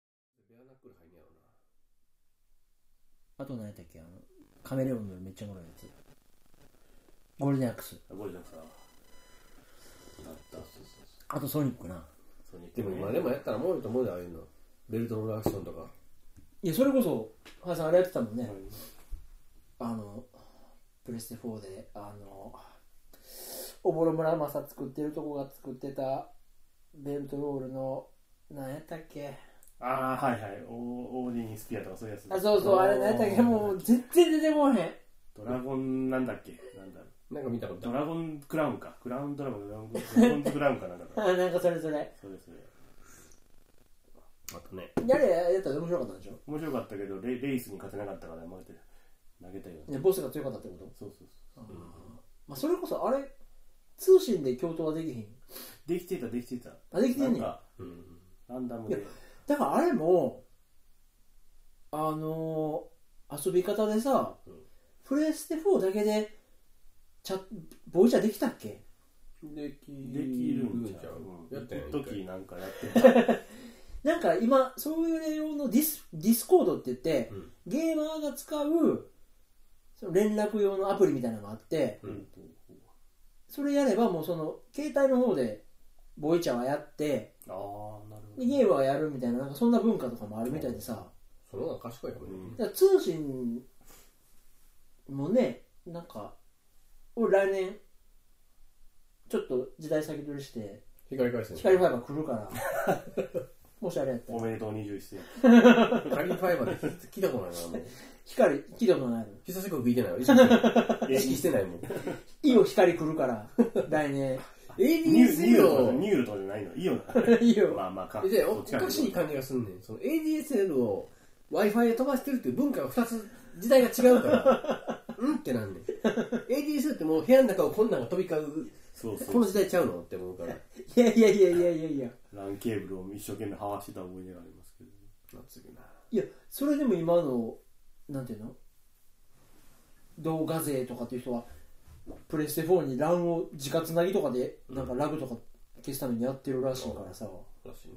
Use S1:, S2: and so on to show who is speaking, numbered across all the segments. S1: ックル入んねやろな。
S2: あと何やったっけあの、カメレオンのめっちゃおもろいやつ。ゴールデンアックス。
S1: あゴリラさ。だった。そうそうそう
S2: あとソニックな。
S1: そうねでも今でもやったらもうと思うでああいうのベルトのアクションとか
S2: いや、それこそ、原さんあれやってたもんね。あの、プレステ4で、あの、おぼろ村正作ってるとこが作ってたベルトロールの、何やったっけ
S3: ああ、はいはい。オーディンスピアとかそういうやつ。
S2: あ、そうそう、あれ何やったっけもう全然出てこへん。
S3: ドラゴンなんだっけなんだ
S1: なんか見たこ
S3: ド
S1: とある
S3: ラゴンクラウンか。クラウンドラゴン、ドラゴンドラゴンクラウンかなんかだ。
S2: あなんかそれそれ。
S3: そうですね。
S1: あとね
S2: やれやったら面白かったでしょ
S3: 面白かったけどレ、レイスに勝てなかったから、負けて、投げたような。
S2: ね、ボスが強かったってこと
S3: そうそうそ
S2: まあ、それこそあれ通信で共闘はできひん
S3: う。できてた、できてた。
S2: あできて
S3: なんん
S2: ねん
S3: か、
S1: うん
S3: ランダムで。
S2: だからあれもあのー遊び方でさ、
S1: うん
S2: プレステ4だけでチャボイチャできたっけ
S1: でき
S3: できるんちゃう
S1: やったや
S3: うんん。
S1: 一
S3: 時
S1: 回
S3: なんかやってた。
S2: なんか今そういう用のディスディスコードって言って、
S1: うん
S2: ゲーマーが使うその連絡用のアプリみたいなのがあって
S1: うん
S2: それやればもうその携帯の方でボイチャはやって
S3: ああ、なるほ
S2: で
S3: ど。
S2: ゲームはやるみたいななんかそんな文化とかもあるみたいでさ、
S1: その方が賢いかもね
S3: うん
S2: だから通信もねなんか俺来年ちょっと時代先取りして
S1: 光回線
S2: 光ファイバー来るから もしあれやった
S3: お
S2: ら
S3: めでとう21世紀。
S1: 光ファイバーで聞いたことないなもう
S2: 光聞いたことないの
S1: 久しく聞いてないわ意識して ない意識してないもん
S2: イオ光来るから来年
S3: ニュー
S1: ADSL
S3: ルとか
S1: を
S3: ニュールとかじゃないのいいよ
S2: イオ
S3: な。まあまあか。
S1: でお
S3: そ
S1: お
S3: っちら
S1: かしい感じがすんねんその ADSL を w i f i で飛ばしてるっていう文化が2つ時代が違うからうんってなんねん ADSL ってもう部屋の中をこんなんが飛び交う
S3: そうそ
S1: こ
S3: う。
S1: の時代ちゃうのって思うから
S2: いやいやいやいやいやいや
S3: ランケーブルを一生懸命はわしてた思い出がありますけど。
S1: 夏な。
S2: いやそれでも今のなんていうの動画勢とかっていう人はプレステ4に LAN を直つなぎとかでなんかラグとか消すためにやってるらしいからさ、
S1: らしいね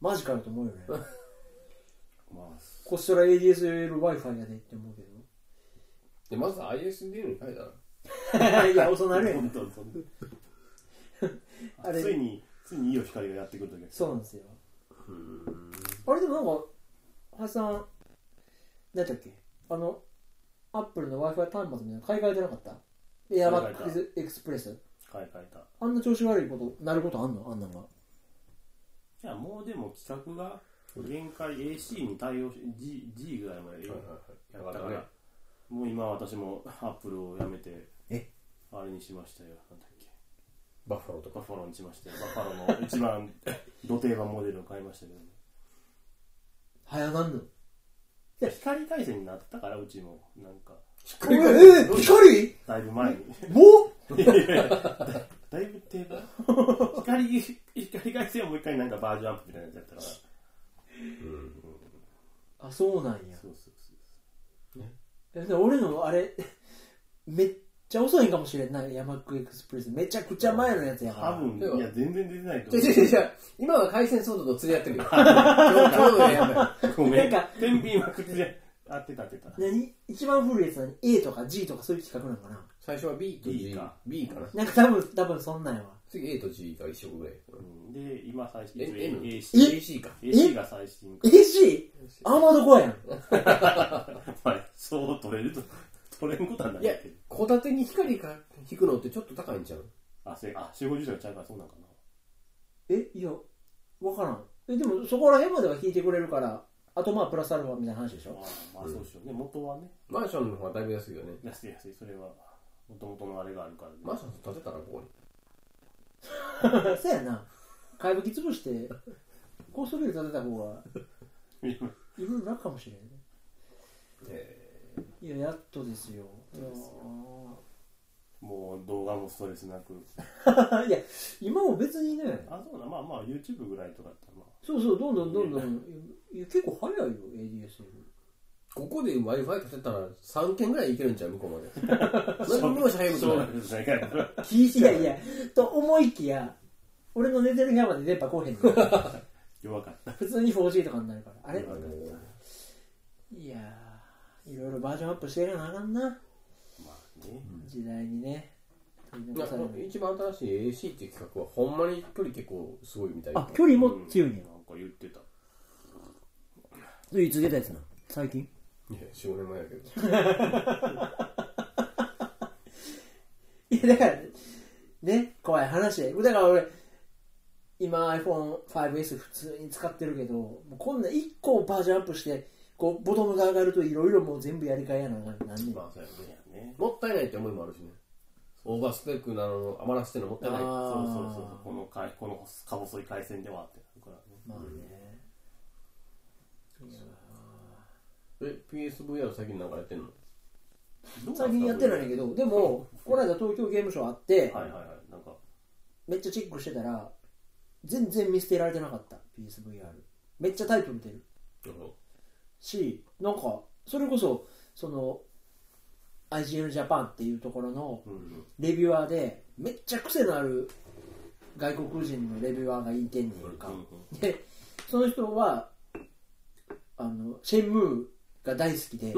S2: マジかよと思うよね
S3: まあ、
S2: こっそら ADSLWiFi やでって思うけ
S1: でまず ISDN に変えたら
S2: どいや遅なるや
S3: 本
S2: ん
S3: 当そんな
S2: あれ
S3: ついに、ついにいいよ光がやってくるとき
S2: そうなんですよ
S1: うん
S2: あれでもなんか林さん何だっけあのアップルの Wi-Fi 端末みたいなの買い替えてなかったエアバックスエクスプレス
S3: 買い替えた。
S2: あんな調子悪いことなることあんのあんなのが
S3: じゃあもうでも規格が限界 AC に対応し、G, G ぐらいまでやった
S1: だか
S3: から
S1: ね
S3: ら、もう今私もアップルをやめて、
S2: え
S3: あれにしましたよ。なんだっけ。
S1: バッファローとか
S3: バッファローにしましたよ。バッファローの一番ド定番モデルを買いましたけど ね。
S2: 早なんの
S3: いや光回線になったからうちもなんか
S1: 光
S2: えー光
S3: だいぶ前に
S2: もう
S3: だいぶ定番 光光回線はもう一回なんかバージョンアップみたいなやつやったからそう
S2: あそうなんや
S3: そうそう
S2: えで俺のあれ めっちゃ遅いんかもしれんないヤマックエクスプレスめちゃくちゃ前のやつやから
S3: 多分いや全然出てないと
S1: 違う
S3: 思
S1: 違う違う今は回線ソードと釣り合ってる よちょうどええやんか
S3: うごめん
S2: なんか
S3: 天秤は口で合ってた合ってた
S2: 何一番古いやつは A とか G とかそういう企画なのかな
S1: 最初は B と
S3: B
S1: G
S3: か
S1: B かな
S2: なんか多分多分そんなんやわ
S1: 次 A と G が一緒ぐらい
S3: うんで今最新
S1: N N
S3: AC
S1: AC か
S3: AC が最新か
S2: AC アーマードコアやん
S3: お前そう取れると 取れんことはない
S1: いや
S3: けど
S1: 戸建てに光が引くのってちょっと高いんちゃう
S3: あせあ集合住宅ちゃうからそうなんかな
S2: えいやわからんえでもそこら辺までは引いてくれるからあとまあプラスアルファみたいな話でし
S3: あ
S2: ょ
S3: まあそうでしょうね元はね
S1: マンションの方がだいぶ安いよね
S3: 安い安いそれは元々のあれがあるからね
S1: マンション建てたらここに
S2: そうやな買い吹き潰して高層ビル建てた方がいろいろ楽かもしれんねいややっとですよ
S3: もう動画もストレスなく。
S2: いや今も別にね
S3: あ、そうだ、まあまあ YouTube ぐらいとかだったらま
S2: そうそうどんどんどんどんいや結構早いよ ADSL
S1: ここで Wi-Fi 建てたら3軒ぐらい行けるんちゃう向こう まで何にもしゃ
S3: あ。
S1: べることない
S3: んですね。だ
S2: いやいやと思いきや俺の寝てる部屋まで電波来おへんの
S3: 弱かった。
S2: 普通に 4G とかになるからあれ
S3: 弱かった。
S2: いやーいろいろバージョンアップしていかなあかんな
S3: まあね。
S2: 時代にね取り
S1: いや
S2: 残される
S1: 一番新しい AC っていう企画はほんまに距離結構すごいみたい
S2: あ距離も強いね
S3: うんなんか言ってた。
S2: それいつ出たやつなの最近
S1: いや45年前 やけど
S2: いやだからね怖い話だから俺今 iPhone5S 普通に使ってるけどもうこんな1個バージョンアップしてこうボトムが上がるといろいろもう全部やり替えやななんなんねん
S1: まあそうやね
S3: そうやね。
S1: もったいないって思いもあるしねオーバースペックなのを余らせてるのもったいない
S2: あ
S3: そう
S2: ー
S3: そうそうそう。このかいこのか細い回線ではってなるからね。
S2: まあね
S1: え PSVR 最近なんかやってんの
S3: どうなんですか
S2: 最近やってないんだけどでもこの間東京ゲームショウあって
S3: はいはいはい。なんか、
S2: めっちゃチェックしてたら全然見捨てられてなかった PSVR めっちゃタイプ見てるしなんかそれこそその IGN ジャパンっていうところの
S3: うんうん。
S2: レビュアーでめっちゃ癖のある外国人のレビュアーがいてんねんか、
S3: うんうん
S2: でその人はあのシェンムーが大好きで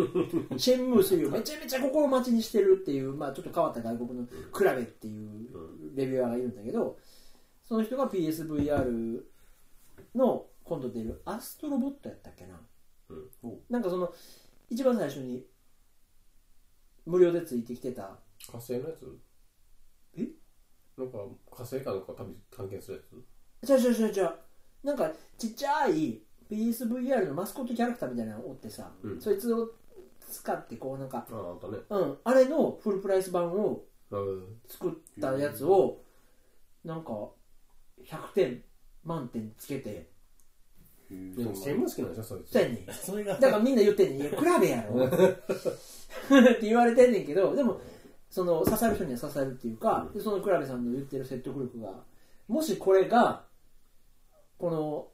S2: シェンムー3をめちゃめちゃ心待ちにしてるっていう、まあ、ちょっと変わった外国のクラベっていうレビュアーがいるんだけどその人が PSVR の今度出るアストロボットやったっけな
S3: お
S2: なんかその一番最初に無料でついてきてた
S1: 火星のやつ
S2: え
S1: なんか火星かなんか旅探検するや
S2: じゃじゃじゃじゃなんかちっちゃい PSVR のマスコットキャラクターみたいなのおってさ、
S1: うん
S2: そいつを使ってこうなんか
S1: つあああったね
S2: うんあれのフルプライス版を
S1: うん
S2: 作ったやつをなんか100点満点つけて
S3: へー
S1: でも専務好きなんでしょそいつ
S2: そうやねん
S3: それが
S2: だからみんな言ってんねん「いや比べやろ」って言われてんねんけどでもその刺さる人には刺さるっていうか、でその比べさんの言ってる説得力がもしこれがこの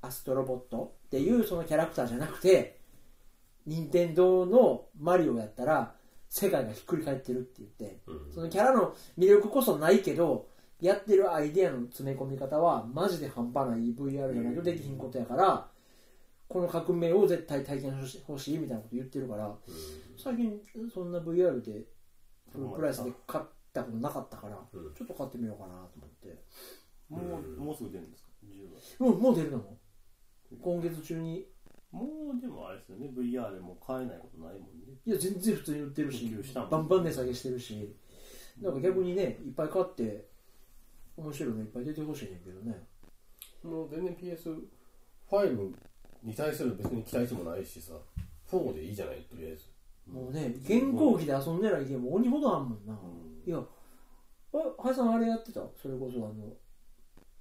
S2: アストロボットっていうそのキャラクターじゃなくて任天堂のマリオやったら世界がひっくり返ってるって言って
S1: うん
S2: そのキャラの魅力こそないけどやってるアイデアの詰め込み方はマジで半端ない VR じゃないとできひんことやからこの革命を絶対体験してほしいみたいなこと言ってるから最近そんな VR でフルプライスで買ったことなかったから
S1: うん
S2: ちょっと買ってみようかなと思って
S3: もう、もうすぐ出るんですか ?10 月。
S2: うんもう出るの今月中に
S3: もうでもあれですよね、VR でも買えないことないもんね。
S2: いや全然普通に売ってるし
S3: 普及したもん
S2: バンバン値下げしてるしなんか逆にねいっぱい買って面白いのいっぱい出てほしいねんけどね
S1: もう全然 PS5 に対する別に期待値もないしさ4でいいじゃないとりあえず
S2: もうね、現行機で遊んでないゲーム鬼ほどあんもんな。いや、あ、はやさんあれやってたそれこそあの、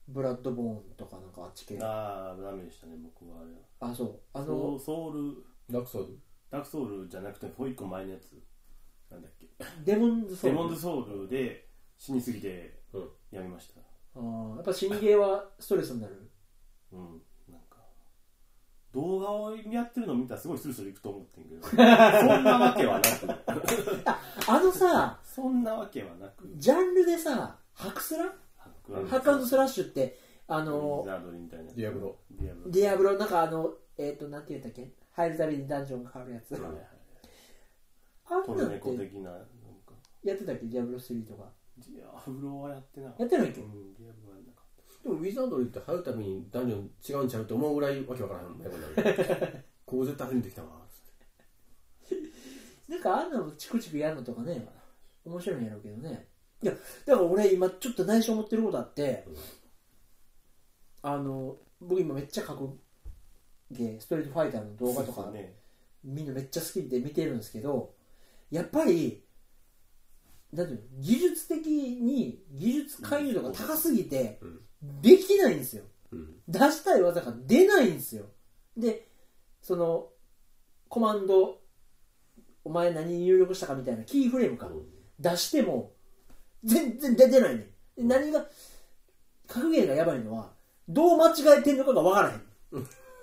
S2: ブラッドボーンとかなんかあっち系。
S3: ああ、ダメでしたね、僕はあれは。
S2: あ、そう。あ
S3: ソ
S2: の
S3: ウ、ソウル、
S1: ダークソウル
S3: ダークソウルじゃなくて、もう一個前のやつ。なんだっけ。
S2: デモンズソウ
S3: デ
S2: ル
S3: モンズソウルで死にすぎて
S1: うん
S3: やめました。
S2: あーやっぱ死にゲーはストレスになる。
S3: うん。なんか、動画をやってるの見たらすごいスルスルいくと思ってん けど、そんなわけはなく、
S2: あのさ、
S3: そんなわけはなく、
S2: ジャンルでさ、ハクスラハックアンドスラッシュって、あの
S3: リ、ザードリみたいな。
S1: ディアブロ。
S3: ディアブロ。
S2: ディアブロ、なんかあの、えっ、と、なんて言ったっけ入るたびにダンジョンが変わるやつ。
S3: はいはい
S2: あ
S3: ト
S2: んな
S3: ル
S2: ん
S3: ネコ
S2: て
S3: 的な、なんか。
S2: やってたっけディアブロ3とか。
S3: ディアブロはやってなかった。
S2: やってないっけ
S3: うん、ディアブロはやんなかっ
S1: でもウィザードリーって入るたびにダンジョン違うんちゃうと思うぐらいわけわからんねこれ ここ絶対初めて来たわつって
S2: なんかあんなのチクチクやるのとかね面白いんやろうけどねいやだから俺今ちょっと内緒思ってることあって、あの僕今めっちゃ格ゲーストリートファイターの
S3: た。
S2: 動画とか、
S3: そうですね。
S2: みんなめっちゃ好きで見てるんですけどやっぱりなんていうの技術的に技術解入度が高すぎて、できないんですよ
S1: うん
S2: 出したい技が出ないんですよでそのコマンドお前何入力したかみたいなキーフレームか、出しても全然出てないねんで何が格ゲーがやばいのはどう間違えてんのかが分からへん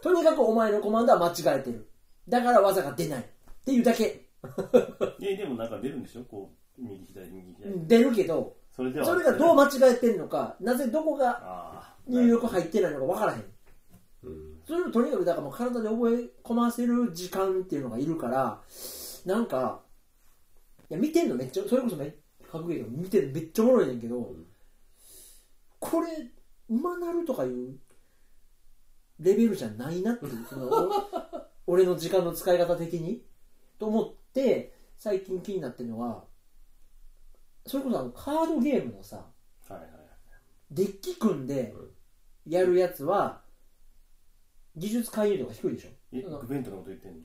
S2: とにかくお前のコマンドは間違えてるだから技が出ないっていうだけ
S3: え、でもなんか出るんでしょこう、右左、右左。
S2: 出るけど
S3: それでは
S2: それがどう間違えてるのかなぜどこが
S3: ああ
S2: 入力入ってないのか分からへん
S1: うん
S2: それをとにかくだからもう体で覚え込ませる時間っていうのがいるからなんかいや見てんのめっちゃそれこそめ格ゲーム見てんのめっちゃおもろいねんけど、
S1: ん
S2: これ馬なるとかいうレベルじゃないなっていうその お俺の時間の使い方的にと思って最近気になってるのはそれこそあのカードゲームのさ、
S3: はいはい
S2: デッキ組んでやるやつは技術回遊度が低いでしょ
S3: えグベントのこと言ってんの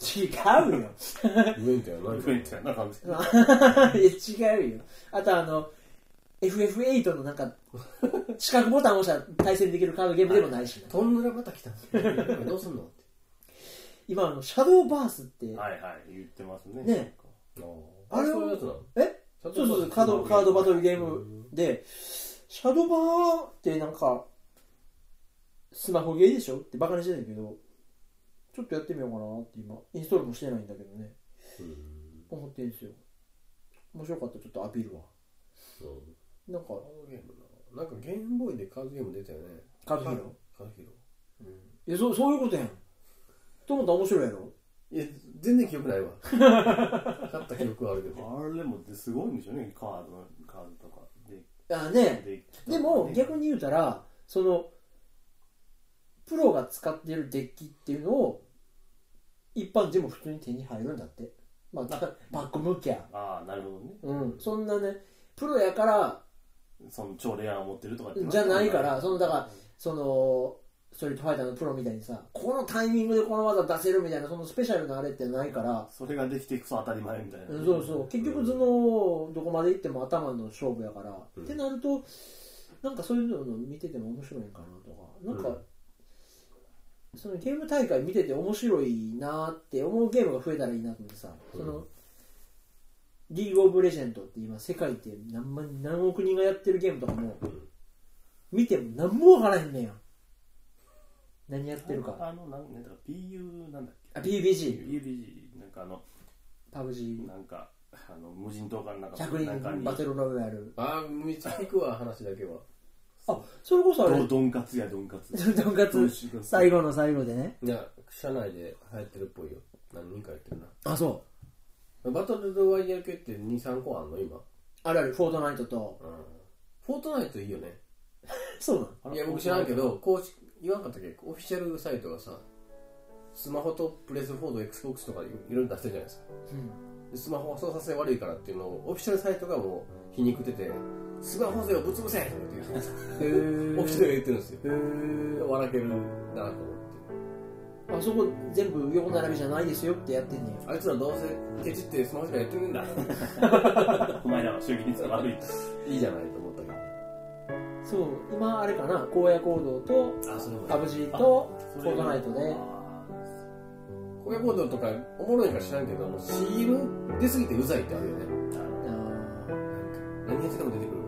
S2: 違うよ
S1: グエントやな
S3: グベントやな感じ
S2: いや違うよあとあの FF8 のなん か四角ボタンを押したら対戦できるカードゲームでもないしな
S1: トンネルまた来たんですよこれどうすんのって
S2: 今あのシャドーバースって
S3: はいはい言ってますね
S2: ね
S1: あ
S2: あれ
S1: れ
S2: は
S1: そういうやつなの
S2: えそうそうそうカードカードバトルゲームでシャドーバーってなんかスマホゲーでしょってバカにしてたけどちょっとやってみようかなって今インストールもしてないんだけどね
S1: うん
S2: 思ってんすよ面白かったらちょっとアピールは
S1: そう
S2: なんか
S1: カードゲームななんかゲームボーイでカードゲーム出たよね
S2: カズヒロ
S1: カードヒーロ
S2: いやそそういうことやんと思ったら面白いやろ
S1: ーいや全然記憶 ないわ勝った記憶はあるけど
S3: あれもすごいんでしょうねカードカードとかで
S2: あね
S3: で
S2: でも逆に言うたらそのプロが使ってるデッキっていうのを一般人も普通に手に入るんだってまあバック向きゃ
S3: ああなるほどね
S2: うんそんなねプロやから
S3: その超レアを持ってるとかって
S2: じゃないからそのだからそのストリートファイターのプロみたいにさこのタイミングでこの技出せるみたいなそのスペシャルなあれってないから
S3: それができていくと当たり前みたいな
S2: うんそうそう結局そのどこまでいっても頭の勝負やから、
S1: うん
S2: ってなるとなんかそういうの見てても面白いんかなとかなんか、そのゲーム大会見てて面白いなーって思うゲームが増えたらいいなと思ってさ、
S1: うん
S2: そのリーグ・オブ・レジェンドって今世界って何万何億人がやってるゲームとかも
S1: うん
S2: 見ても何もわからへんねんや何やってるか
S3: あのなんなんだか PU なんだっけ
S2: あ PUBG
S3: PUBG なんかあの
S2: パブ G
S3: なんかあの無人島かなんかなんか
S2: 100人
S3: に
S2: バトルロイヤル
S1: ああめっちゃ聞くわ話だけは
S2: あそれこそあれ
S3: どどんかつやどんかつ
S2: とんかつ最後の最後でね
S1: いや社内で流行ってるっぽいよ何人かやってる
S2: あそ
S1: なバトルロワイヤル系って23個あんの今
S2: うあるあるフォートナイトと
S1: うんフォートナイトいいよね
S2: そうなの
S1: いや僕知らんけど公式言わんかったっけオフィシャルサイトがさスマホとプレスフォード XBOX とかいろいろ出してるじゃないですかでスマホは操作性悪いからっていうのをオフィシャルサイトがもう皮肉っててスマホ勢をぶっ潰せって言ってるんですよ
S2: うん
S1: オフィシャルが言ってるんですよ
S2: へ
S1: 笑けるなと思って
S2: えあそこ全部横並びじゃないですよってやってんね
S1: あいつらどうせケチってスマホしかやってるんだ
S3: お前らは主義率が悪い
S1: いいじゃないと思ったけ
S2: やそう今あれかな荒野行動と
S1: どあそれ
S2: パブ G とフォートナイトで
S3: あ
S1: コヤコードとかおもろいんか知らんけどもう CM 出すぎてうざいってあるよね
S3: ー
S2: あー
S1: 何やってても出てくる